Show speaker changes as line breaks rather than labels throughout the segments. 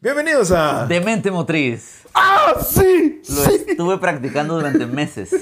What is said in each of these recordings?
Bienvenidos a...
Demente motriz.
¡Ah, sí!
Lo
Ah. sí!
estuve practicando durante meses.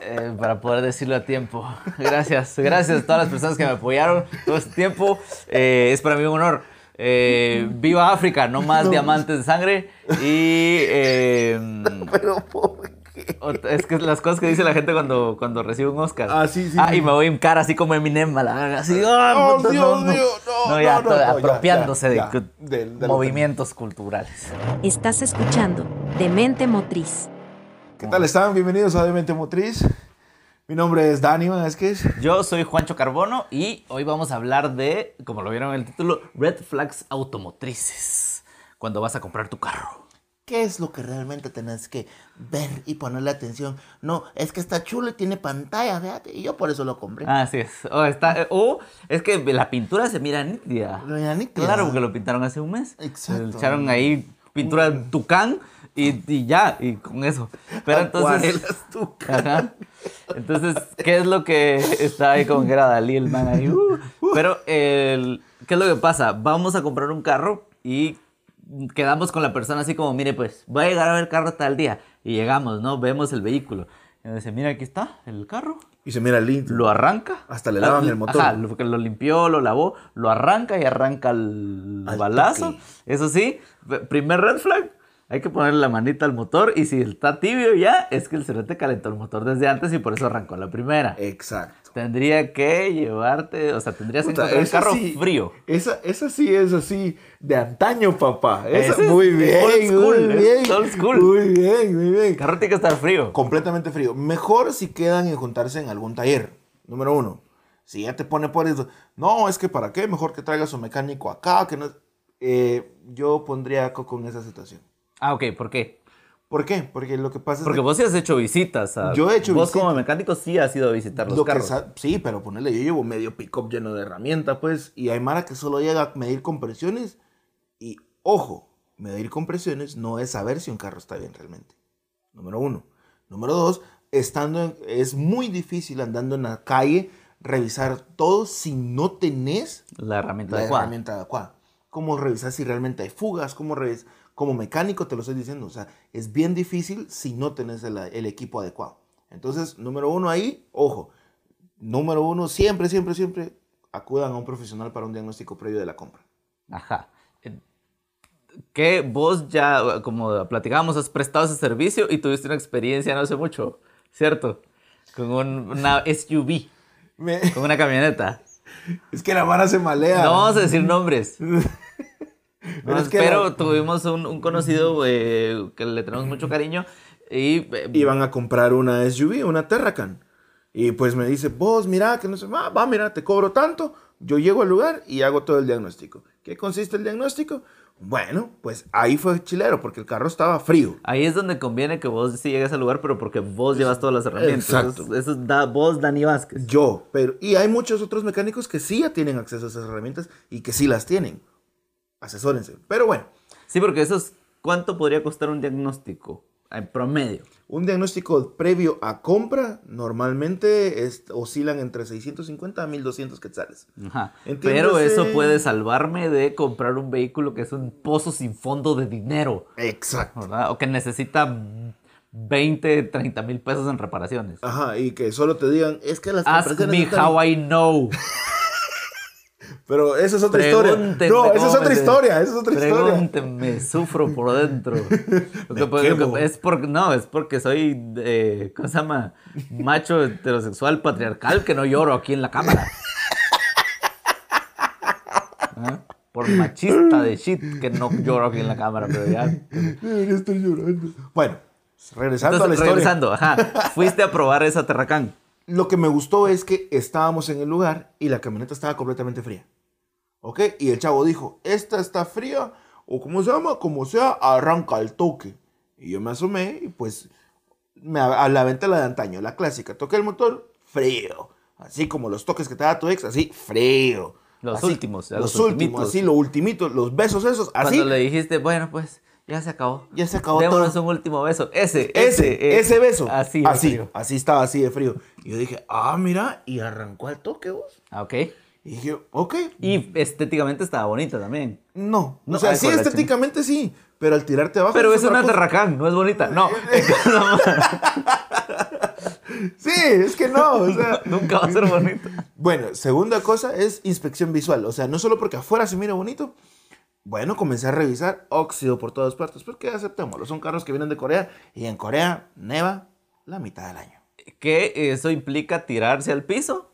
eh, para poder decirlo a tiempo. Gracias, gracias a todas las personas que me apoyaron todo este tiempo. Eh, es para mí un honor. Eh, viva África, no más diamantes de sangre. Y eh,
Pero, ¿por qué?
ot- es que las cosas que dice la gente cuando, cuando recibe un Oscar.
Ah, sí, sí,
Ah,
sí.
y me voy en cara así como Eminem, a la verga, así. ah,
Oh,
puta,
Dios mío, no,
No, ya,
no, no,
todo
no, ya,
apropiándose
ya,
de
ya,
cu-
del- del-
movimientos culturales.
Estás escuchando Demente Motriz.
¿Qué tal están? Bienvenidos a Demente Motriz. Mi nombre es Dani Vázquez.
Yo soy Juancho Carbono y hoy vamos a hablar de, como lo vieron en el título, Red Flags Automotrices. Cuando vas a comprar tu carro.
¿Qué es lo que realmente tenés que ver y ponerle atención? No, es que está chulo y tiene pantalla, fíjate. Y yo por eso lo compré.
Ah, Así es. O, está, eh, o es que la pintura se mira nítida.
Doña Nitya.
Claro, porque lo pintaron hace un mes.
Exacto.
Le echaron ahí pintura Tucán y, y ya, y con eso. Pero entonces.
Acuarelas tú.
Ajá. Entonces, ¿qué es lo que está ahí como que era Dalí el man ahí? uh, uh. Pero, el- ¿qué es lo que pasa? Vamos a comprar un carro y quedamos con la persona así como, mire, pues, voy a llegar a ver el carro tal día. Y llegamos, ¿no? Vemos el vehículo. Y dice, mira, aquí está el carro.
Y se mira lindo.
Lo arranca.
Hasta le lavan
Ah,
el motor.
Ajá, lo, porque lo limpió, lo lavó, lo arranca y arranca el
Ah,
Al
balazo.
toque.
Eso sí, p- primer red flag. Hay que ponerle la manita al motor y si está tibio ya, es que el cerote calentó el motor desde antes y por eso arrancó la primera.
Eh, Exacto.
Tendría que llevarte, o sea, tendrías que
Puta,
encontrar el
esa
carro
sí-
frío.
Esa, esa sí es así de antaño, papá. Esa,
Ese es
muy
old
bien.
school,
muy
es
bien.
old school.
Muy bien, muy bien.
El carro tiene que estar frío.
completamente frío. Mejor si quedan en juntarse en algún taller. Número uno. Si ya te pone por eso. No, es que para qué. Mejor que traigas un mecánico acá. Que no... Eh, yo pondría a Coco en esa situación.
Ah, ok, ¿por qué?
¿Por qué? Porque lo que pasa es
Porque
de-
vos sí has hecho visitas. a-
Yo he hecho
Vos como
visitas.
mecánico sí has ido a visitar los
lo que
carros.
sa- sí, pero ponerle, yo llevo medio pick-up lleno de herramientas, pues. Y hay Mara que solo llega a medir compresiones. Y ojo, medir compresiones no es saber si un carro está bien realmente. Número uno. Número dos, estando en- es muy difícil andando en la calle revisar todo si no tenés
La herramienta
la
adecuada.
herramienta adecuada. Cómo revisar si realmente hay fugas, cómo revisar. Como mecánico te lo estoy diciendo, o sea, es bien difícil si no tenés el, el equipo adecuado. Entonces, número uno ahí, ojo, número uno, siempre, siempre, siempre acudan a un profesional para un diagnóstico previo de la compra.
Ajá. Eh, Que vos ya, como platicábamos, has prestado ese servicio y tuviste una experiencia no hace mucho, ¿cierto? Con un- una SUV,
Me-
con una camioneta.
es que la vara se malea.
No vamos a decir nombres.
Pero es que
pero
la-
tuvimos un, un conocido eh, que le tenemos mucho cariño y... eh,
Iban a comprar una SUV, una Terracan. Y pues me dice, vos, mira, que no sé, va, va, mira, te cobro tanto. Yo llego al lugar y hago todo el diagnóstico. ¿Qué consiste el diagnóstico? Bueno, pues ahí fue chilero, porque el carro estaba frío.
Ahí es donde conviene que vos sí llegues al lugar, pero porque vos llevas todas las herramientas.
Exacto.
Eso, es- eso es da- vos, Dani Vázquez.
Yo, pero. Y hay muchos otros mecánicos que sí ya tienen acceso a esas herramientas y que sí las tienen. Asesórense. Pero bueno,
Sí, porque eso es... ¿Cuánto podría costar un diagnóstico? En promedio.
un diagnóstico previo a compra normalmente es- oscilan entre 650 a 1200 quetzales.
Ajá.
Entiéndase-
Pero eso puede salvarme de comprar un vehículo que es un pozo sin fondo de dinero,
Exacto.
¿verdad? O que necesita 20, 30 mil pesos en reparaciones.
Ajá, y que solo te digan, es que las
Ask
compresiones
me
están-".
how I know.
Pero esa es otra
Pregúntenme.
historia. No, esa
cómo
es otra
me-
historia, esa es otra historia.
Pregúntenme, sufro por dentro. Lo que-
Me
lo que-
quemo.
es porque, no, es porque soy, eh, ¿cómo se llama? Macho heterosexual patriarcal que no lloro aquí en la cámara. ¿Ah? Por machista de shit que no lloro aquí en la cámara, pero ya.
Debería estar llorando. Bueno, regresando a la
Entonces,
historia.
regresando, ajá, fuiste a probar esa terracán.
Lo que me gustó es que estábamos en el lugar y la camioneta estaba completamente fría. ¿Ok? Y el chavo dijo, esta está fría, o como se llama, como sea, arranca el toque. Y yo me asomé y pues me a a la venta la de antaño, la clásica. Toqué el motor, frío. Así como los toques que te da tu ex, así, frío.
Los
Así,
últimos, ya
Los,
los
últimos,
ultimitos.
así, los ultimitos, los besos esos, así.
Cuando le dijiste, bueno, pues ya se acabó.
¿Ah, Ya se acabó
Démonos
todo.
un último beso. Ese,
Ese,
eh,
ese beso.
Así,
así,
así.
así estaba, así de frío. Y yo dije, ah, mira, y arrancó el toque vos.
Ah, ok.
Y Y dije, ok,
Y estéticamente estaba bonita también.
no.
No,
o sea,
ay,
sí,
con la chin-
estéticamente sí, pero al tirarte abajo.
Pero
es
es una
otra cosa. Eh,
terracán, no es bonita. No,
Sí, es que no. O sea,
nunca va a ser bonita.
Bueno, segunda cosa es inspección visual. O sea, no solo porque afuera se mira bonito. Bueno, comencé a revisar óxido por todas partes. Porque aceptémoslo. Son carros que vienen de Corea. Y en Corea neva la mitad del año.
que eso implica tirarse al piso,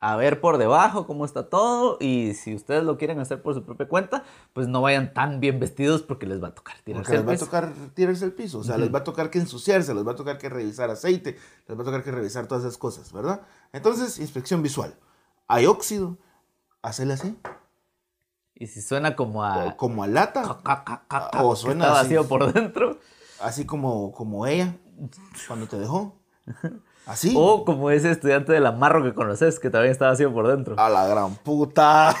a ver por debajo cómo está todo y si ustedes lo quieren hacer por su propia cuenta, pues no vayan tan bien vestidos porque les va a tocar tirarse
Porque les
al
va a
piso.
tocar tirarse el piso. O sea, les va a tocar que ensuciarse. Les va a tocar que revisar aceite. Les va a tocar que revisar todas esas cosas, ¿verdad? Entonces, inspección visual. Hay óxido. Hacele así.
Y si suena como
o
a...
como a lata.
ca, ca, ca, ca, ca,
o
que
suena
está
así.
vacío por dentro.
Así como, como ella. Cuando te dejó. Así.
O como ese estudiante del amarro que conoces, que también está vacío por dentro.
A la gran puta.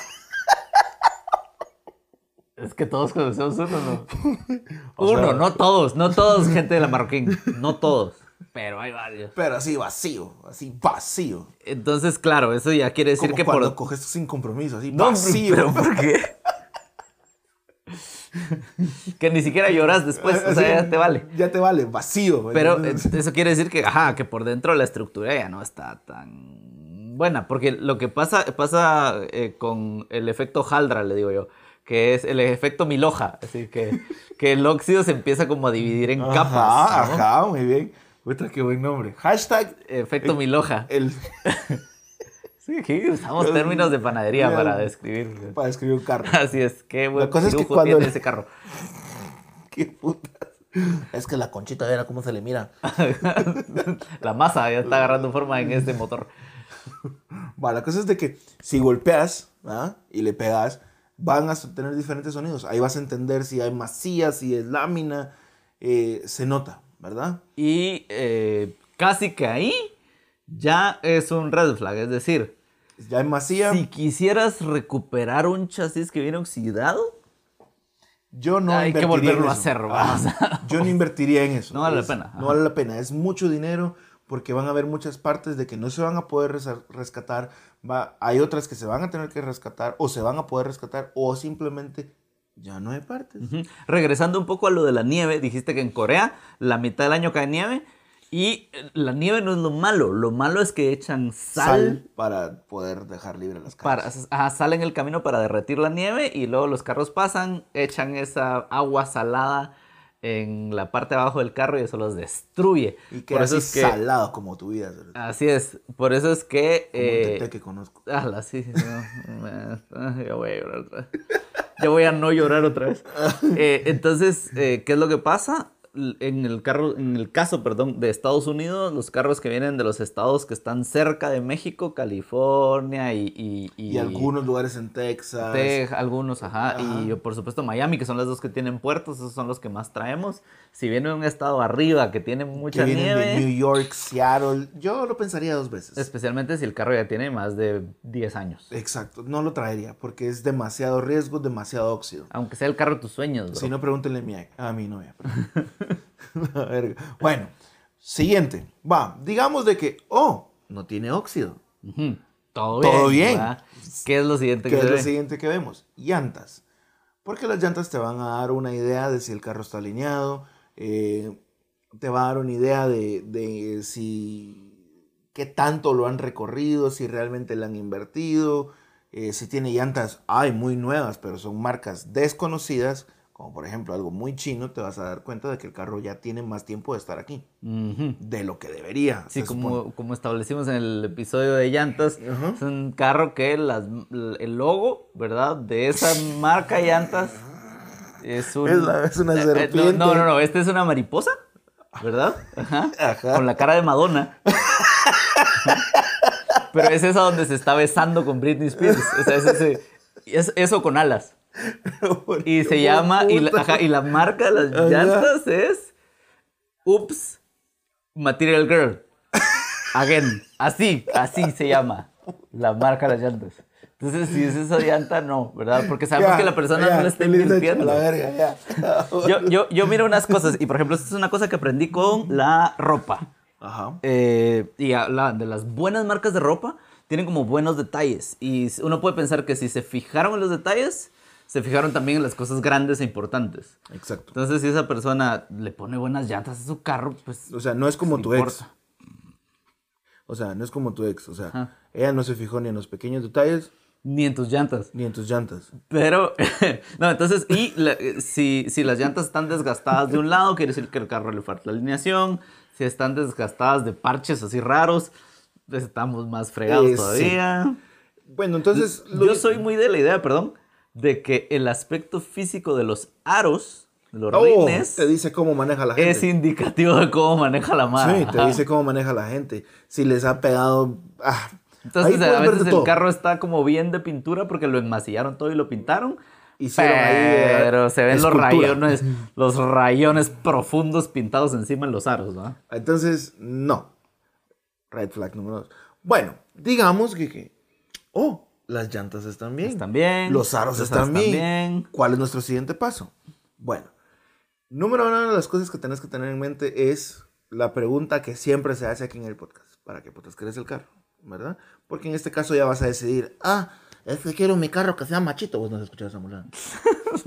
Es que todos conocemos uno, ¿no?
O sea-
uno, no todos, no todos, gente del amarroquín, no todos, pero hay varios.
Pero así vacío, así vacío.
Entonces, claro, eso ya quiere decir
Como
que
cuando
por...
coges sin compromiso, así
No,
vacío.
pero ¿por qué? que ni siquiera lloras después, pues, o sea, ya te vale.
Ya te vale, vacío.
Pero eh,
Entonces,
eso quiere decir que, ajá, que por dentro la estructura ya no está tan buena, porque lo que pasa, pasa eh, con el efecto Haldra, le digo yo, que es el efecto Miloja, es decir, que, que el óxido se empieza como a dividir en
Ajá,
capas. ¿no?
ajá, muy bien. Otra, qué buen nombre. Hashtag
Efecto
Eh,
Miloja.
el,
Sí, aquí usamos términos de panadería
el-
para describir.
para escribir un carro.
Así es, qué buen
cosa es que
dibujo
cuando
tiene
le-
ese carro. eh,
qué putas.
Es que la conchita, verá cómo se le mira.
La masa ya está agarrando forma en este motor.
Va, la cosa es de que si golpeas ¿verdad? y le pegas, van a tener diferentes sonidos. Ahí vas a entender si hay masía, si es lámina. eh, se nota, ¿verdad?
Y eh, casi que ahí ya es un red flag. Es decir,
Ya hay masía.
si quisieras recuperar un chasis que viene oxidado,
Yo no
Hay que
invertiría
volverlo
en
a
eso.
hacer, ¿va?
Ajá.
O sea,
Yo no invertiría en eso.
no vale la
Es-
pena,
No
ajá.
vale la pena. Es mucho dinero porque van a haber muchas partes de que no se van a poder resa- rescatar. Va, hay otras que se van a tener que rescatar o se van a poder rescatar o simplemente ya no hay partes.
ujú. regresando un poco a lo de la nieve, dijiste que en Corea la mitad del año cae nieve. Y eh, la nieve no es lo malo, lo malo es que echan
Sal,
sal,
para poder dejar libre las
para,
calles.
ajá, sal en el camino para derretir la nieve y luego los carros pasan, echan esa agua salada en la parte de abajo del carro y eso los destruye.
Y que
Por eso
así
es que
salado como tu vida. ¿verdad?
Así es, por eso es que...
Como
eh,
un tete que conozco.
ala, sí, sí, no, me- ah, ya voy a llorar otra vez. Ya voy a no llorar otra vez. Eh, entonces, eh, ¿qué es lo que pasa? L- En el, carro, en el caso, perdón, de Estados Unidos, los carros que vienen de los estados que están cerca de México, California y... Y, y-
Y, algunos lugares en Texas.
Tej- algunos, ajá, y
Ah, Ajá.
por supuesto Miami, que son las dos que tienen puertos, esos son los que más traemos. Si viene un estado arriba que tiene
que
mucha
vienen
nieve,
de New York, Seattle. Yo lo pensaría dos veces.
Especialmente si el carro ya tiene más de 10 años.
Exacto, no lo traería porque es demasiado riesgo, demasiado óxido.
Aunque sea el carro de tus sueños, bro.
Si no, pregúntenle a mi, a mi novia. La verga. bueno, siguiente. Va, digamos de que, oh, no tiene óxido.
Ujú. Todo bien.
Todo bien.
¿verdad? ¿Qué es lo siguiente que
¿Qué es
se
lo
ve?
siguiente que vemos? Llantas. Porque las llantas te van a dar una idea de si el carro está alineado, eh, te va a dar una idea de, de si qué tanto lo han recorrido, si realmente le han invertido, eh, si tiene llantas, ay, muy nuevas, pero son marcas desconocidas, como por ejemplo algo muy chino, te vas a dar cuenta de que el carro ya tiene más tiempo de estar aquí,
Ujú.
de lo que debería.
Sí,
se supone.
como, como establecimos en el episodio de llantas,
Ajá.
es un carro que las- el logo, ¿verdad? De esa marca de llantas es un...
Es la- es una
eh, eh, no,
serpiente.
No, no, no, este es una mariposa, ¿verdad? Ajá.
Ajá.
Con la cara de Madonna. Pero es esa donde se está besando con Britney Spears. O sea, es ese- es eso con alas. Y se llama, y la, ajá, y la marca de las
Ajá.
llantas es Oops Material Girl. Again. Así, así se llama la marca de las llantas. Entonces, si es esa llanta, no, ¿verdad? Porque sabemos
Ya,
que la persona
ya,
no le está
feliz noche,
invirtiendo.
a La verga, ya.
Yo, yo, yo miro unas cosas, y por ejemplo, esto es una cosa que aprendí con la ropa.
Ajá.
Eh, y hablaban de las buenas marcas de ropa, tienen como buenos detalles. Y uno puede pensar que si se fijaron en los detalles, se fijaron también en las cosas grandes e importantes.
Exacto.
Entonces, si esa persona le pone buenas llantas a su carro, pues.
O sea, no es como
no
tu ex.
importa.
O sea, no es como tu ex. O sea,
Ajá.
ella no se fijó ni en los pequeños detalles
Ni en tus llantas.
ni en tus llantas.
Pero, no, entonces, y la- eh, si, si las llantas están desgastadas de un lado, quiere decir que el carro le falta alineación. Si están desgastadas de parches así raros, pues estamos más fregados
Eh, sí.
todavía.
Bueno, entonces. lo
Yo
que-
soy muy de la idea, perdón, de que el aspecto físico de los aros, de los
Oh,
rines,
te dice cómo maneja la gente.
es indicativo de cómo maneja la mano.
Sí, te dice cómo maneja la gente. Si les ha pegado. ah, ahí
Entonces,
puedes
a
ver de
veces el
todo.
carro está como bien de pintura porque lo enmasillaron todo y lo pintaron.
Hicieron ahí, eh,
pero se ven los
escultura.
rayones, los rayones profundos pintados encima en los aros, ¿no?
Entonces, no. Red flag número dos. Bueno, digamos que. que, oh, las llantas están bien.
Están bien,
Los aros
los
están,
aros
bien.
están bien.
¿Cuál es nuestro siguiente paso? Bueno, número uno de las cosas que tenés que tener en mente es la pregunta que siempre se hace aquí en el podcast. ¿Para qué putas crees el carro? ¿Verdad? Porque en este caso ya vas a decidir,
Ah, es que quiero mi carro que sea machito. Vos no has escuchado esa mulada.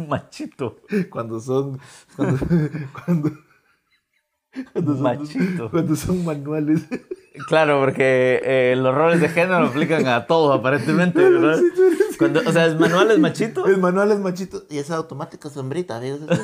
Machito,
cuando son cuando cuando, cuando son,
machito.
cuando son manuales
Claro, porque eh, los roles de género aplican a todo, aparentemente, ¿verdad? Cuando, o sea, es manual, es machito.
el manual es machito
Y esa automática sombrita, ¿ves? Eso-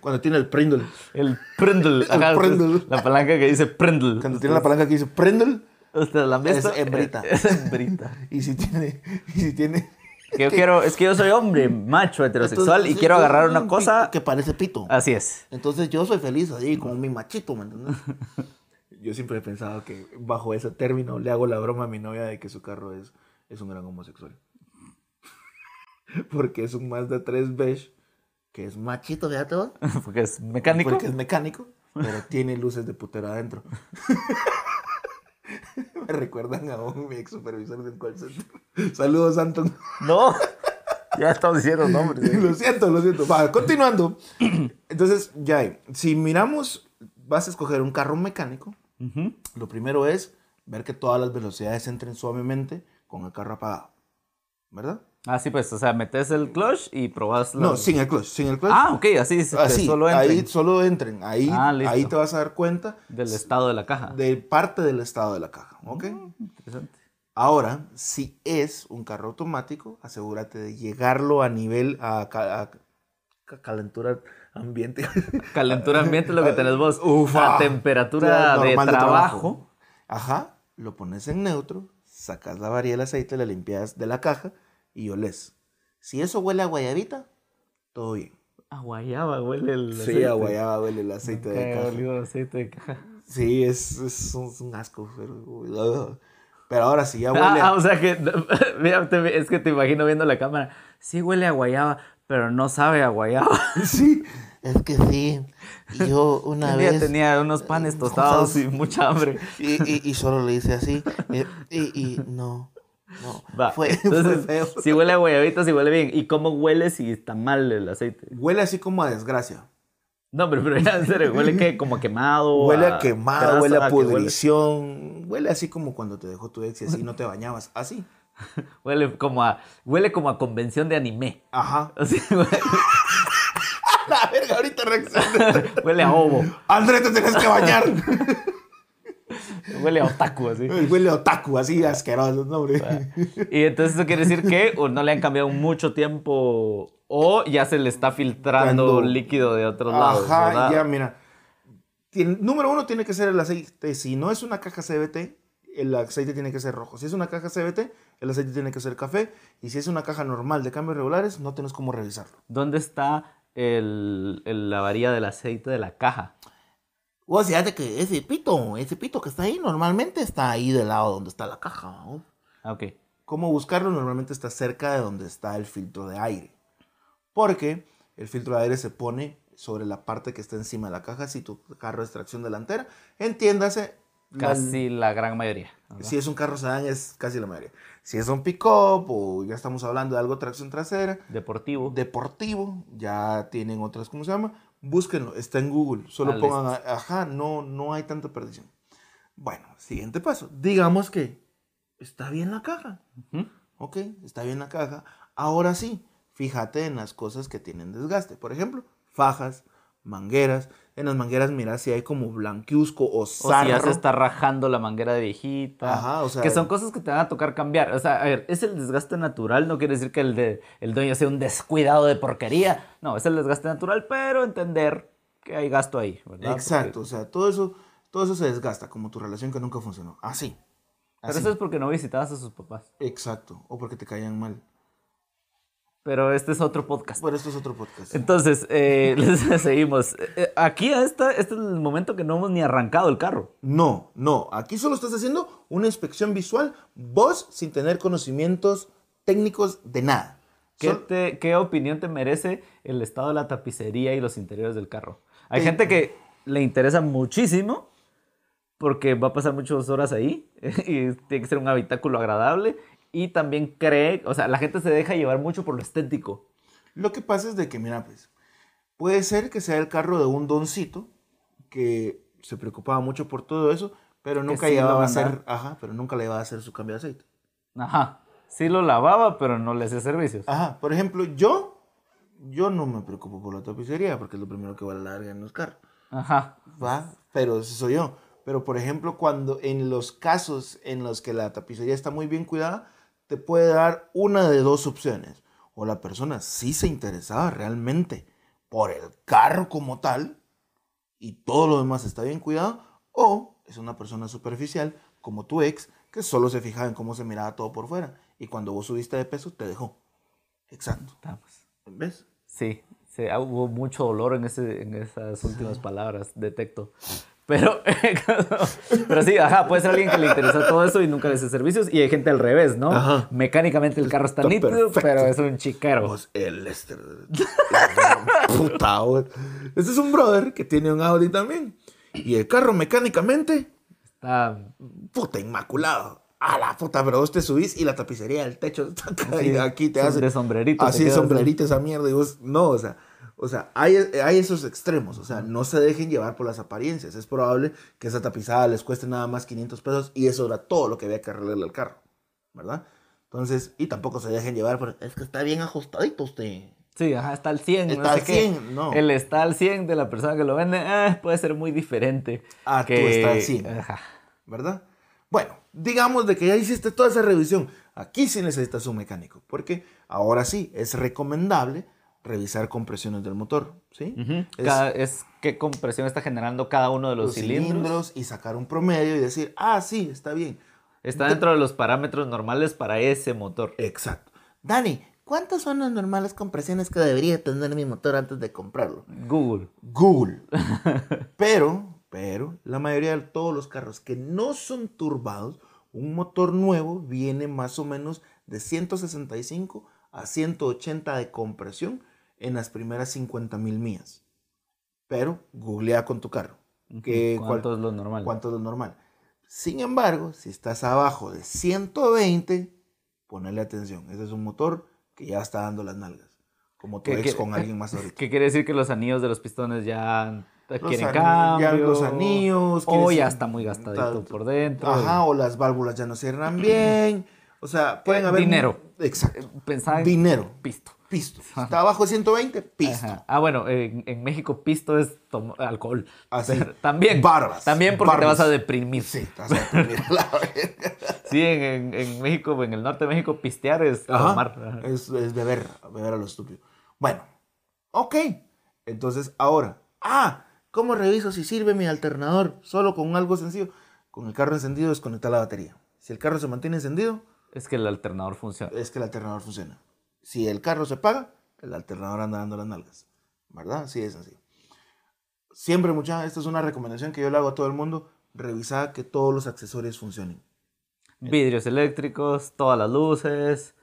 cuando tiene el prindle
El prindle. ajá,
El prindle.
La palanca que dice prindle.
cuando tiene la palanca que dice prindle
¿Ustedes la han
Es
visto?
hembrita.
Es hembrita.
y si tiene y si tiene
Que yo quiero, es que yo soy hombre, macho, heterosexual,
Entonces,
y quiero
yo
agarrar
soy
una
un
cosa.
pito Que parece pito.
Así es.
Entonces yo soy feliz así, como mi machito, ¿me entiendes?
yo siempre he pensado que bajo ese término le hago la broma a mi novia de que su carro es es un gran homosexual porque es un Mazda 3 beige que es machito
Machito, fíjate vos.
Porque es mecánico.
porque es mecánico pero tiene luces de putero adentro me recuerdan a un mi ex supervisor de un call center saludos Anton
No. Ya estamos diciendo nombres. ¿eh?
lo siento, lo siento. Va, continuando. Entonces, ya, eh, si miramos, vas a escoger un carro mecánico.
Ujú.
Lo primero es ver que todas las velocidades entren suavemente con el carro apagado. ¿Verdad?
Ah, sí, pues, o sea, metes el clutch y probas.
No,
los-
sin el clutch, sin el clutch.
Ah, ok, así es. que
Así,
solo entren
ahí solo entren. Ahí,
Ah, listo.
ahí te vas a dar cuenta
Del estado de la caja.
de parte del estado de la caja. ¿Ok?
Interesante.
Ahora, si es un carro automático, asegúrate de llegarlo a nivel, a, ca- a ca- calentura ambiente.
Calentura ambiente es lo que tenés vos.
Ufa.
A temperatura de trabajo.
Normal de trabajo. Ajá, lo pones en neutro, sacas la varilla del aceite, la limpias de la caja y olés. Si eso huele a guayabita, todo bien.
A guayaba huele el
Sí,
aceite.
a guayaba huele el aceite
Nunca
de
he
caja.
olido aceite de caja.
Sí, es, es un, es un asco, pero... Pero ahora sí, ya huele
Ah,
a-
ah, o sea que, mira, te- es que te imagino viendo la cámara. Sí huele a guayaba, pero no sabe a guayaba.
Sí,
Es que sí. Y Yo una
Un día
vez.
tenía unos
eh,
panes tostados y mucha hambre.
Y, y- y solo le hice así. eh, Y, y no. No.
Va,
Fue, fue
entonces,
feo.
si huele a guayabita, si huele bien. ¿Y cómo huele si está mal el aceite?
huele así como a desgracia.
No, pero, pero ya, en serio, huele que como a quemado.
Huele a quemado,
grasa,
huele a
que huele-
pudrición, huele? así como cuando te dejó tu ex y así no te bañabas, así.
Huele, como a, huele como a convención de anime.
Ajá.
O sea, huele,
La verga, ahorita reacciona.
huele a ovo,
André, te tenés que bañar.
huele a otaku, así.
Huele a otaku, así asqueroso, no, hombre.
Y entonces eso quiere decir que o no le han cambiado mucho tiempo o ya se le está filtrando
Cuando-
líquido de otros lados.
Ajá,
¿verdad?
ya, mira. Tien- número uno tiene que ser el aceite. Si no es una caja CBT, el aceite tiene que ser rojo. Si es una caja CBT, el aceite tiene que ser café. Y si es una caja normal de cambios regulares, no tenés cómo revisarlo.
¿Dónde está el, el- la varilla del aceite de la caja?
Vos fíjate que ese pito, ese pito que está ahí, normalmente está ahí del lado donde está la caja. ¿no?
Ah, ok.
¿Cómo buscarlo? Normalmente está cerca de donde está el filtro de aire. Porque el filtro de aire se pone sobre la parte que está encima de la caja si tu carro es tracción delantera. Entiéndase. la-
Casi la gran mayoría. ¿verdad?
Si es un carro sedán es casi la mayoría. Si es un pick-up o ya estamos hablando de algo tracción trasera,
Deportivo.
deportivo, ya tienen otras, ¿cómo se llama? Búsquenlo, está en Google. Solo
Ah,
pongan, ajá, no, no hay tanta perdición. Bueno, siguiente paso. Digamos que Está bien la caja.
Ujú.
Ok, está bien la caja. Ahora sí, fíjate en las cosas que tienen desgaste. Por ejemplo, fajas, mangueras. En las mangueras, mira si hay como blanquiusco o
O si
sarro.
ya se está rajando la manguera de viejita.
Ajá, o sea-
Que son cosas que te van a tocar cambiar. O sea, a ver, es el desgaste natural. No quiere decir que el, de, el dueño sea un descuidado de porquería. No, es el desgaste natural, pero entender que hay gasto ahí, ¿verdad?
Exacto, o
Porque-
sea, todo eso, todo eso se desgasta, como tu relación que nunca funcionó. Así.
pero
Así.
eso es porque no visitabas a sus papás.
Exacto, o porque te caían mal.
Pero este es otro podcast.
Bueno, esto es otro podcast.
Entonces, eh, les seguimos. Eh, eh, Aquí, a esta, este es el momento que no hemos ni arrancado el carro.
No, no, aquí solo estás haciendo una inspección visual, vos sin tener conocimientos técnicos de nada.
¿Qué,
Sol-
te- ¿Qué opinión te merece el estado de la tapicería y los interiores del carro? Hay gente que le interesa muchísimo porque va a pasar muchas horas ahí y tiene que ser un habitáculo agradable y también cree, o sea, la gente se deja llevar mucho por lo estético.
Lo que pasa es de que, mira, pues, puede ser que sea el carro de un doncito que se preocupaba mucho por todo eso, pero nunca
sí lo
llevaba a
mandaba.
hacer, ajá, pero nunca le iba a hacer su cambio de aceite.
Ajá, sí lo lavaba, pero no le hacía servicios.
Ajá, por ejemplo, yo, yo no me preocupo por la tapicería porque es lo primero que va a la larga en los carros.
Ajá.
Va, pero eso soy yo. Pero por ejemplo, cuando en los casos en los que la tapicería está muy bien cuidada, te puede dar una de dos opciones. O la persona sí se interesaba realmente por el carro como tal y todo lo demás está bien cuidado, o es una persona superficial como tu ex que solo se fijaba en cómo se miraba todo por fuera y cuando vos subiste de peso te dejó. Exacto.
Vamos.
¿Ves?
Sí, sí, ah, hubo mucho dolor en, ese, en esas últimas palabras, detecto. Pero, pero sí, ajá, puede ser alguien que le interesa todo eso y nunca le hace servicios. Y hay gente al revés, ¿no?
Ajá.
Mecánicamente el carro está,
Está
nítido,
perfecto.
pero es un chiquero.
Vos, Pues, el este, Lester. Puta, vos. Este es un brother que tiene un Audi también. Y el carro mecánicamente,
Está-
puta, inmaculado. A la puta, pero vos te subís y la tapicería del techo está caída. Aquí te
som-
hace.
de sombrerito te
Así de
quedas, ¿no?
sombrerito esa mierda. Y vos, no, o sea. O sea, hay, hay esos extremos. O sea, no se dejen llevar por las apariencias. Es probable que esa tapizada les cueste nada más 500 pesos y eso era todo lo que había que arreglarle al carro. ¿Verdad? Entonces, y tampoco se dejen llevar por.
Es que está bien ajustadito usted.
sí, ajá, está al 100. no
Está al
sé qué.
100, no.
El está al 100 de la persona que lo vende ah, puede ser muy diferente.
Ah, tú
que-
está al 100.
Ajá.
¿verdad? Bueno, digamos de que ya hiciste toda esa revisión. Aquí sí necesitas un mecánico, porque ahora sí es recomendable revisar compresiones del motor, ¿sí?
Ujú.
Es
Cada- es qué compresión está generando cada uno de los,
los
cilindros.
cilindros y sacar un promedio y decir, ah, sí, está bien.
Está dentro de los parámetros normales para ese motor.
Exacto.
Dani, ¿cuántas son las normales compresiones que debería tener mi motor antes de comprarlo?
Google.
Google. Pero, pero, la mayoría de todos los carros que no son turbados, un motor nuevo viene más o menos de 165 a 180 de compresión en las primeras 50 mil millas. Pero, googlea con tu carro. que cual-
¿Cuánto es lo normal?
¿Cuánto es lo normal? Sin embargo, si estás abajo de 120, ponle atención. Ese es un motor que ya está dando las nalgas. Como tu
¿Qué-
ex
qué-
con alguien más ahorita.
¿Qué quiere decir que los anillos de los pistones ya
Los
quieren
ani-
cambio?
ya los anillos,
O
quiere
ya
decir,
está muy gastadito
tal-
por dentro.
Ajá, o las válvulas ya no cierran bien. O sea, pueden
Eh,
haber.
dinero.
Exacto.
Pensaba en
Dinero.
pisto.
Pisto. Está abajo de 120, pisto.
Ajá. Ah, bueno, en, en México pisto es tom- alcohol.
Así.
Pero También.
Barbas.
También porque te
Barbas.
vas a deprimir.
Sí,
Sí,
estás a deprimir a la verga.
en, en- en México, en el norte de México, pistear es
Ajá.
tomar. Ajá.
Es, es beber, beber a lo estúpido. Bueno, ok. Entonces, ahora. Ah, ¿cómo reviso si sirve mi alternador? Solo con algo sencillo. Con el carro encendido, desconectar la batería. Si el carro se mantiene encendido,
Es que el alternador funciona.
es que el alternador funciona. Si el carro se paga, el alternador anda dando las nalgas. ¿Verdad? Sí, es así. Siempre, mucha, esta es una recomendación que yo le hago a todo el mundo. Revisar que todos los accesorios funcionen.
Vidrios eléctricos, todas las luces.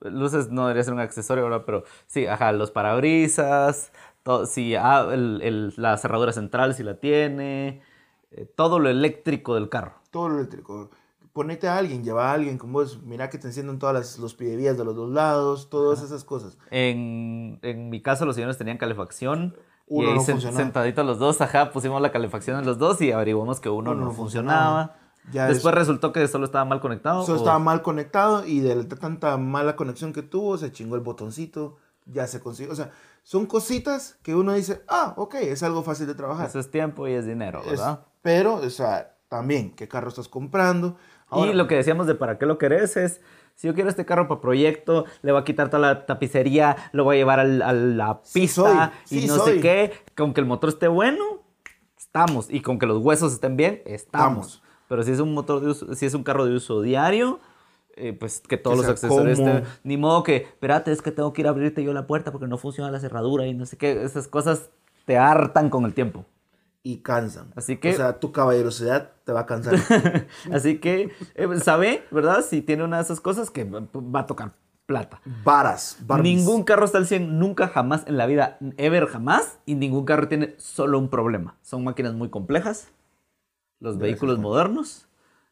Luces no debería ser un accesorio, ¿verdad? Pero sí, ajá, los parabrisas, to- si ah, el- el- la cerradura central si la tiene, eh, todo lo eléctrico del carro.
Todo lo eléctrico. Ponete a alguien, lleva a alguien con vos. Mira que te enciendan todas las los pidevías de los dos lados, todas esas cosas.
En, en mi caso los señores tenían calefacción.
Uno
y ahí
no
sen-
funcionaba.
sentaditos los dos, ajá, pusimos la calefacción en los dos y averiguamos que uno, no, funcionaba.
Ya
Después resultó que solo estaba mal conectado. pues,
Eso
o-
estaba mal conectado y de la- de tanta mala conexión que tuvo, se chingó el botoncito, ya se consiguió. O sea, son cositas que uno dice, ah, ok, es algo fácil de trabajar.
Eso es tiempo y es dinero,
Es-
¿verdad?
pero, o sea, también, ¿qué carro estás comprando? Ahora,
y lo que decíamos de para qué lo querés es, si yo quiero este carro para proyecto, le voy a quitar toda la tapicería, lo voy a llevar al- a la
Sí
pista
soy, sí
y no
soy.
sé qué, con que el motor esté bueno, estamos, y con que los huesos estén bien, estamos.
Estamos.
Pero si es un motor de uso- si es un carro de uso diario, eh, pues que todos
Que
los
sea
accesorios
cómodo.
estén- ni modo que, espérate, es que tengo que ir a abrirte yo la puerta porque no funciona la cerradura y no sé qué, esas cosas te hartan con el tiempo.
Y cansan.
Así que-
O sea, tu caballerosidad te va a cansar.
Así que, eh, sabe, ¿verdad? Si tiene una de esas cosas que va- va a tocar plata.
Varas. Barbies.
Ningún carro está al 100 nunca, jamás en la vida, ever, jamás. Y ningún carro tiene solo un problema. Son máquinas muy complejas, los vehículos modernos.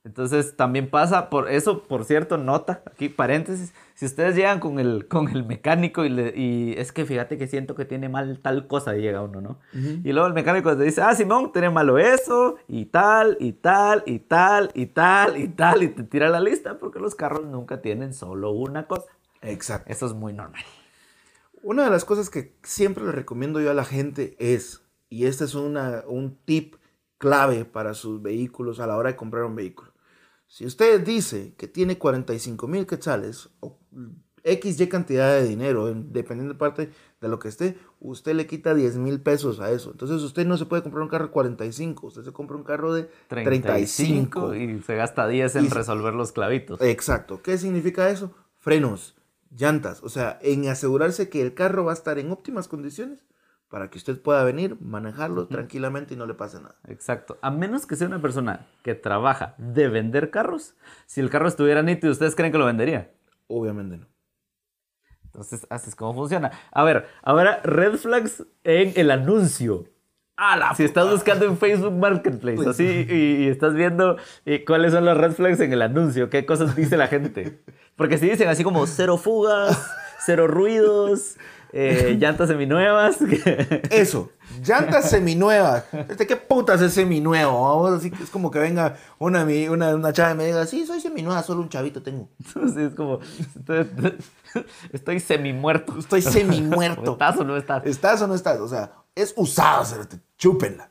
Entonces también pasa, por eso, por cierto, nota, aquí paréntesis, si ustedes llegan con el, con el mecánico y, le- y es que fíjate que siento que tiene mal tal cosa, y llega uno, ¿no? Y luego el mecánico te dice, ah, Simón, tiene malo eso, y tal, y tal, y tal, y tal, y tal, y te tira la lista, porque los carros nunca tienen solo una cosa.
Exacto.
Eso es muy normal.
Una de las cosas que siempre le recomiendo yo a la gente es, y este es una- un tip clave para sus vehículos a la hora de comprar un vehículo. Si usted dice que tiene 45 mil quetzales o X, Y cantidad de dinero, en- dependiendo de parte de lo que esté, usted le quita 10 mil pesos a eso. Entonces usted no se puede comprar un carro de 45, usted se compra un carro de 35.
35 y se Eh. gasta 10 en
Y-
resolver los clavitos.
Exacto. ¿Qué significa eso? Frenos, llantas, o sea, en asegurarse que el carro va a estar en óptimas condiciones para que usted pueda venir, manejarlo tranquilamente y no le pase nada.
Exacto. A menos que sea una persona que trabaja de vender carros, si el carro estuviera nítido, ¿ustedes creen que lo vendería?
Obviamente no.
Entonces, así es como funciona. A ver, ahora red flags en el anuncio. Si estás buscando en Facebook Marketplace, así, y, y estás viendo eh, cuáles son las red flags en el anuncio, qué cosas dice la gente. Porque si dicen así como cero fugas, cero ruidos, eh, llantas seminuevas. que-
Eso, llantas seminuevas. Este, ¿Qué putas es seminuevo? Vamos, así que es como que venga una, mi- una, una chava y me diga, sí, soy seminueva, solo un chavito tengo.
Entonces es como, estoy, estoy semi-muerto.
Estoy semimuerto.
¿Estás o no estás?
¿Estás o no estás? O sea, es usado, cerote. chúpenla.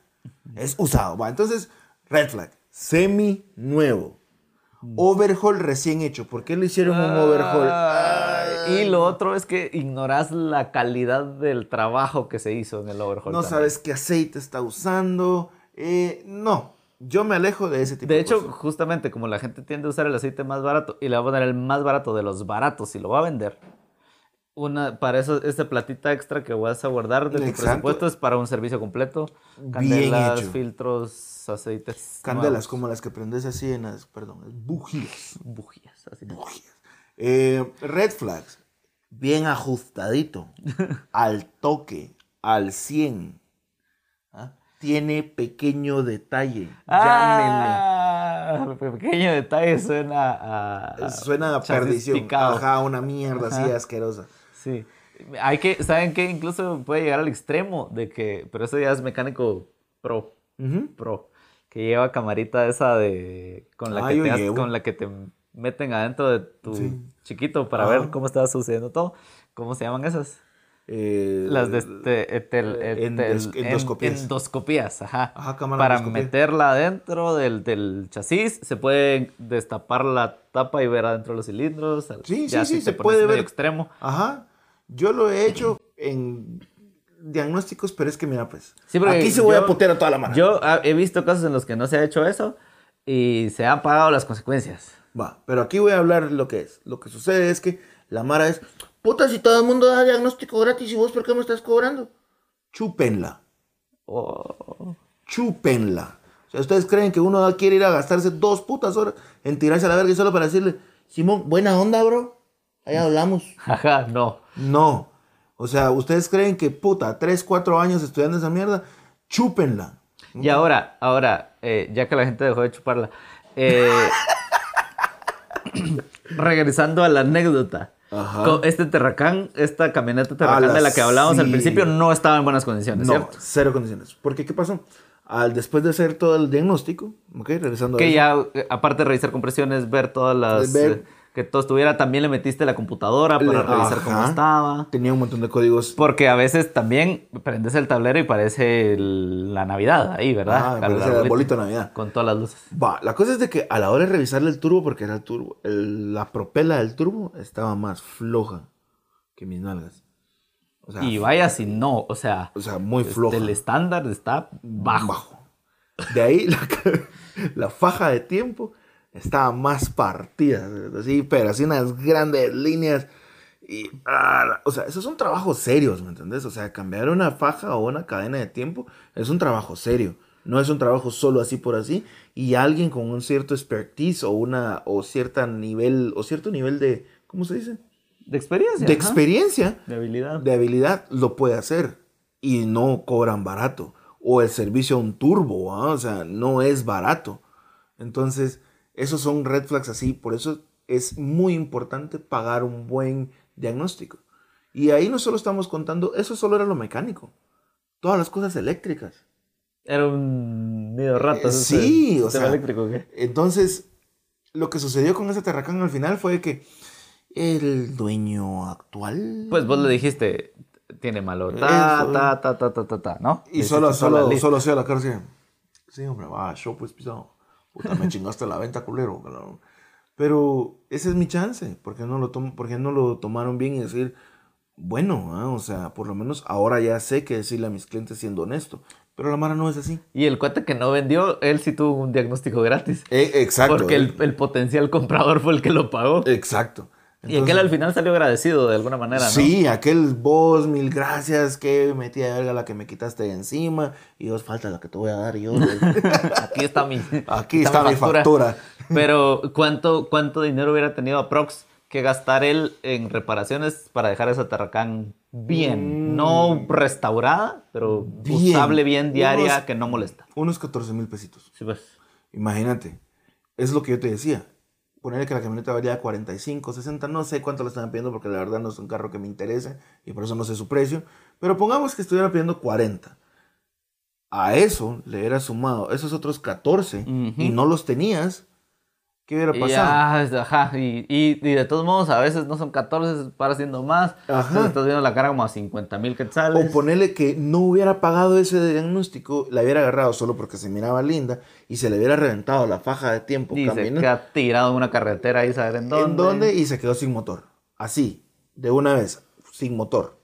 Es usado. Va, entonces, red flag. Semi nuevo.
Mm.
Overhaul recién hecho. ¿Por qué le hicieron un
Ah,
overhaul?
Ay, y lo otro es que ignoras la calidad del trabajo que se hizo en el overhaul.
No
también.
sabes qué aceite está usando. Eh, no, yo me alejo de ese tipo de,
De hecho,
cosas.
justamente como la gente tiende a usar el aceite más barato y le va a poner el más barato de los baratos y lo va a vender, una, para eso, esta platita extra que vas a guardar de tu
Exacto.
presupuesto es para un servicio completo.
Bien
Candelas,
hecho.
filtros, aceites.
Candelas
nuevos,
como las que prendes así en las, perdón, bujías.
Bujías, así.
bujías. Eh, red flags. Bien ajustadito. al toque. Al 100. ¿ah? Tiene pequeño detalle.
Ah, Pequeño detalle suena a. a
Llámenle. Suena a
chasis
perdición.
picado.
Ajá, una mierda así asquerosa.
Sí. Hay que, ¿saben qué? Incluso puede llegar al extremo de que, pero eso ya es mecánico pro,
Ujú.
pro, que lleva camarita esa de, con la,
Ah,
que,
yo
te, has-
llevo.
con la que te meten adentro de tu
Sí.
chiquito para
Ajá.
ver cómo está sucediendo todo. ¿Cómo se llaman esas?
Eh,
Las de este, etel-
eh,
etel-
endos-
en-
endoscopías.
endoscopías, ajá.
Ajá, cámara
Para
endoscopía.
meterla adentro del, del chasis, se puede destapar la tapa y ver adentro los cilindros. al-
Sí,
ya
sí, sí,
si
se
te pones
puede
medio
ver.
extremo.
Ajá. Yo lo he hecho en diagnósticos, pero es que mira, pues.
Sí, porque
aquí se voy
yo-
a putear a toda la mano.
Yo ah, he visto casos en los que no se ha hecho eso y se han pagado las consecuencias.
Va, pero aquí voy a hablar lo que es. Lo que sucede es que la Mara es, puta, si todo el mundo da diagnóstico gratis y vos, ¿por qué me estás cobrando? Chúpenla,
Oh.
chúpenla. O sea, ¿ustedes creen que uno quiere ir a gastarse dos putas horas en tirarse a la verga y solo para decirle, Simón, buena onda, bro? Ahí hablamos.
Ajá, no.
No. O sea, ¿ustedes creen que, puta, tres, cuatro años estudiando esa mierda? Chúpenla.
Y ahora, ahora, eh, ya que la gente dejó de chuparla, eh, regresando a la anécdota.
Ajá.
Co- Este terracán, esta camioneta terracán
Ala,
de la que hablábamos al
sí.
principio no estaba en buenas condiciones,
No,
¿cierto?
cero condiciones. Porque, ¿qué pasó? al después de hacer todo el diagnóstico, ¿ok? Regresando a
Que
eso.
ya, eh, aparte de revisar compresiones, ver todas las...
Ver-
eh, que todo estuviera, también le metiste la computadora
Le-
para revisar cómo
ajá.
estaba.
Tenía un montón de códigos.
Porque a veces también prendes el tablero y parece el- la Navidad ahí,
Ah,
¿verdad? Al
parece el
arbolito.
arbolito de Navidad.
Con todas las luces.
Va, la cosa es de que a la hora de revisarle el turbo, porque era el turbo, el- la propela del turbo estaba más floja que mis nalgas. O sea,
Y vaya si no, o sea,
o sea muy
este,
floja.
el estándar está bajo.
De ahí la, ca- la faja de tiempo estaba más partida, así, pero así unas grandes líneas. Y, ah, la- o sea, esos son trabajos serios, ¿me entendés? O sea, cambiar una faja o una cadena de tiempo es un trabajo serio. No es un trabajo solo así por así. Y alguien con un cierto expertise o una o cierta nivel o cierto nivel de ¿cómo se dice?
De experiencia.
De
ajá.
experiencia
De habilidad.
de habilidad lo puede hacer y no cobran barato. O el servicio a un turbo, ¿ah? o sea, no es barato. Entonces, esos son red flags así, por eso es muy importante pagar un buen diagnóstico. Y ahí no solo estamos contando, eso solo era lo mecánico, todas las cosas eléctricas.
Era un medio rato.
Eh, sí, o sea,
eléctrico, ¿qué?
Entonces, lo que sucedió con ese terracán al final fue que el dueño actual...
Pues vos le dijiste, tiene malo.
Eso. eh.
Ta, ta, ta, ta, ta, ta, ta, ¿no?
Y solo,
solo
solo,
la
solo hacía la cara así. Sí, hombre, va, yo pues pisado. Puta, me chingaste la venta, culero. cabrón". Pero ese es mi chance. ¿Por qué no lo, tom por qué no lo tomaron bien y decir, bueno, ah, o sea, por lo menos ahora ya sé qué decirle a mis clientes siendo honesto. Pero la mara no es así.
Y el cuate que no vendió, él sí tuvo un diagnóstico gratis.
Eh, exacto.
porque el, el potencial comprador fue el que lo pagó.
Exacto.
y aquel al final salió agradecido de alguna manera, ¿no?
Sí, aquel vos, mil gracias, que metida de verga la que me quitaste de encima. Y dos falta la que te voy a dar yo. güey".
Aquí está mi,
Aquí está mi factura.
Pero, ¿cuánto, ¿cuánto dinero hubiera tenido Aprox que gastar él en reparaciones para dejar esa Tarracán bien? No restaurada, pero
Mm. Bien.
usable bien diaria,
Unos-
que no molesta.
Unos 14 mil pesitos.
Sí, pues.
Imagínate, es lo que yo te decía. Ponerle que la camioneta valía 45, 60, no sé cuánto la estaban pidiendo porque la verdad no es un carro que me interese y por eso no sé su precio. Pero pongamos que estuvieran pidiendo 40. A eso le era sumado esos otros 14 y no los tenías. ¿Qué hubiera
Y,
pasado?
ah, ajá, y, y- y de todos modos, a veces no son 14, para siendo más.
Ajá.
Entonces estás viendo la cara como a 50 mil
O
quetzales.
ponerle que no hubiera pagado ese diagnóstico, la hubiera agarrado solo porque se miraba linda y se le hubiera reventado la faja de tiempo
y se
caminando.
queda tirado en una carretera ahí, saber en dónde.
en dónde y se quedó sin motor. Así, de una vez, sin motor.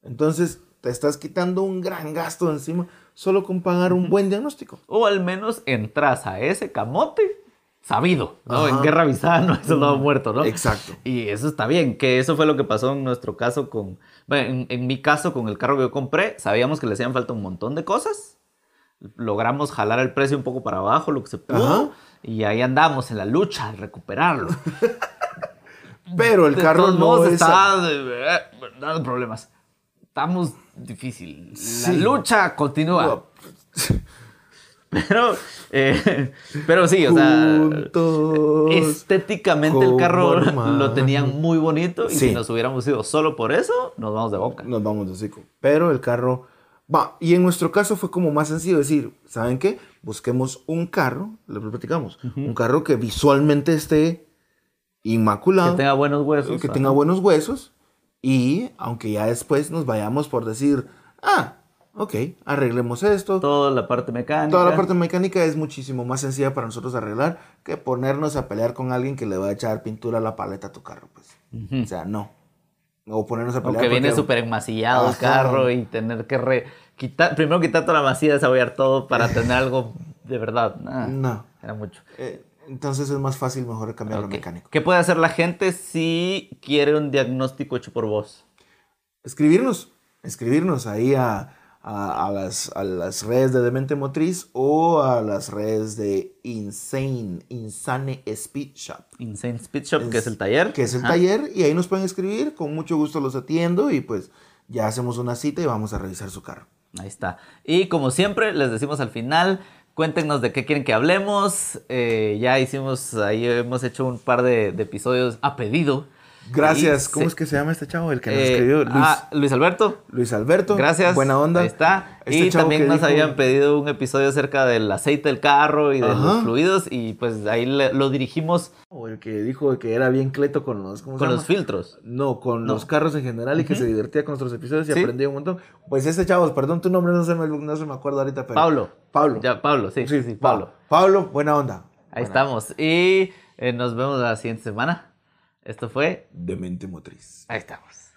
Entonces, te estás quitando un gran gasto de encima solo con pagar un buen diagnóstico.
O al menos entras a ese camote sabido, ¿no?
Ajá.
En guerra avisada no es soldado muerto, ¿no?
Exacto.
Y eso está bien, que eso fue lo que pasó en nuestro caso con, bueno, en, en mi caso con el carro que yo compré, sabíamos que le hacían falta un montón de cosas, logramos jalar el precio un poco para abajo, lo que se pudo,
Ajá.
y ahí andamos en la lucha de recuperarlo.
Pero el
De
carro
todos
no
modos,
es...
está eh, dando problemas. Estamos difícil.
Sí.
La lucha continúa.
No,
Pero, eh, pero sí, o sea,
juntos.
estéticamente el
como
carro
hermanos.
lo tenían muy bonito y
Sí.
si nos hubiéramos ido solo por eso, nos vamos de boca.
Nos vamos de hocico. Pero el carro... Va, y en nuestro caso fue como más sencillo decir, ¿saben qué? Busquemos un carro, lo platicamos, un carro que visualmente esté inmaculado.
Que tenga buenos huesos.
que
¿ah?
tenga buenos huesos y aunque ya después nos vayamos por decir, ah, ok, arreglemos esto.
ah, Toda la parte mecánica.
Toda la parte mecánica es muchísimo más sencilla para nosotros arreglar que ponernos a pelear con alguien que le va a echar pintura a la paleta a tu carro, pues. O sea, no. O ponernos a
O
pelear
que viene
porque-
súper enmasillado el
Ajá.
carro y tener que re... Quitar, primero quitar toda la masilla, desabollar todo para tener algo de verdad. Nah,
No.
Era mucho.
Eh, entonces es más fácil mejor cambiar
Ok.
lo mecánico.
¿Qué puede hacer la gente si quiere un diagnóstico hecho por vos?
escribirnos, escribirnos ahí a, a- a las, a las redes de Demente Motriz o a las redes de Insane, Insane Speed Shop.
Insane Speed Shop, que
Es-
es el taller.
Que es el
Ajá.
taller y ahí nos pueden escribir, con mucho gusto los atiendo y pues ya hacemos una cita y vamos a revisar su carro.
Ahí está. Y como siempre, les decimos al final, cuéntenos de qué quieren que hablemos. Eh, ya hicimos, ahí hemos hecho un par de, de episodios a pedido.
Gracias.
Y
¿Cómo
se-
es que se llama este chavo? El que nos
eh,
escribió. Luis,
ah, Luis Alberto.
Luis Alberto.
Gracias.
Buena onda.
Ahí está.
Este
y
chavo
también
que
nos
dijo-
habían pedido un episodio acerca del aceite del carro y de
Ajá.
los fluidos. Y pues ahí le- lo dirigimos
O el que dijo que era bien cleto con los. ¿cómo se
con
llama?
los filtros.
No, con los carros en general y que se divertía con nuestros episodios y
Sí.
aprendía un montón. Pues este chavo, perdón, tu nombre no se me, no se me acuerdo ahorita, pero.
Pablo.
Pablo.
Ya, Pablo, sí, sí, sí,
Pa-
Pablo.
Pablo, buena onda.
Ahí estamos. Y eh, nos vemos la siguiente semana. Esto fue.
De mente motriz.
Ahí estamos.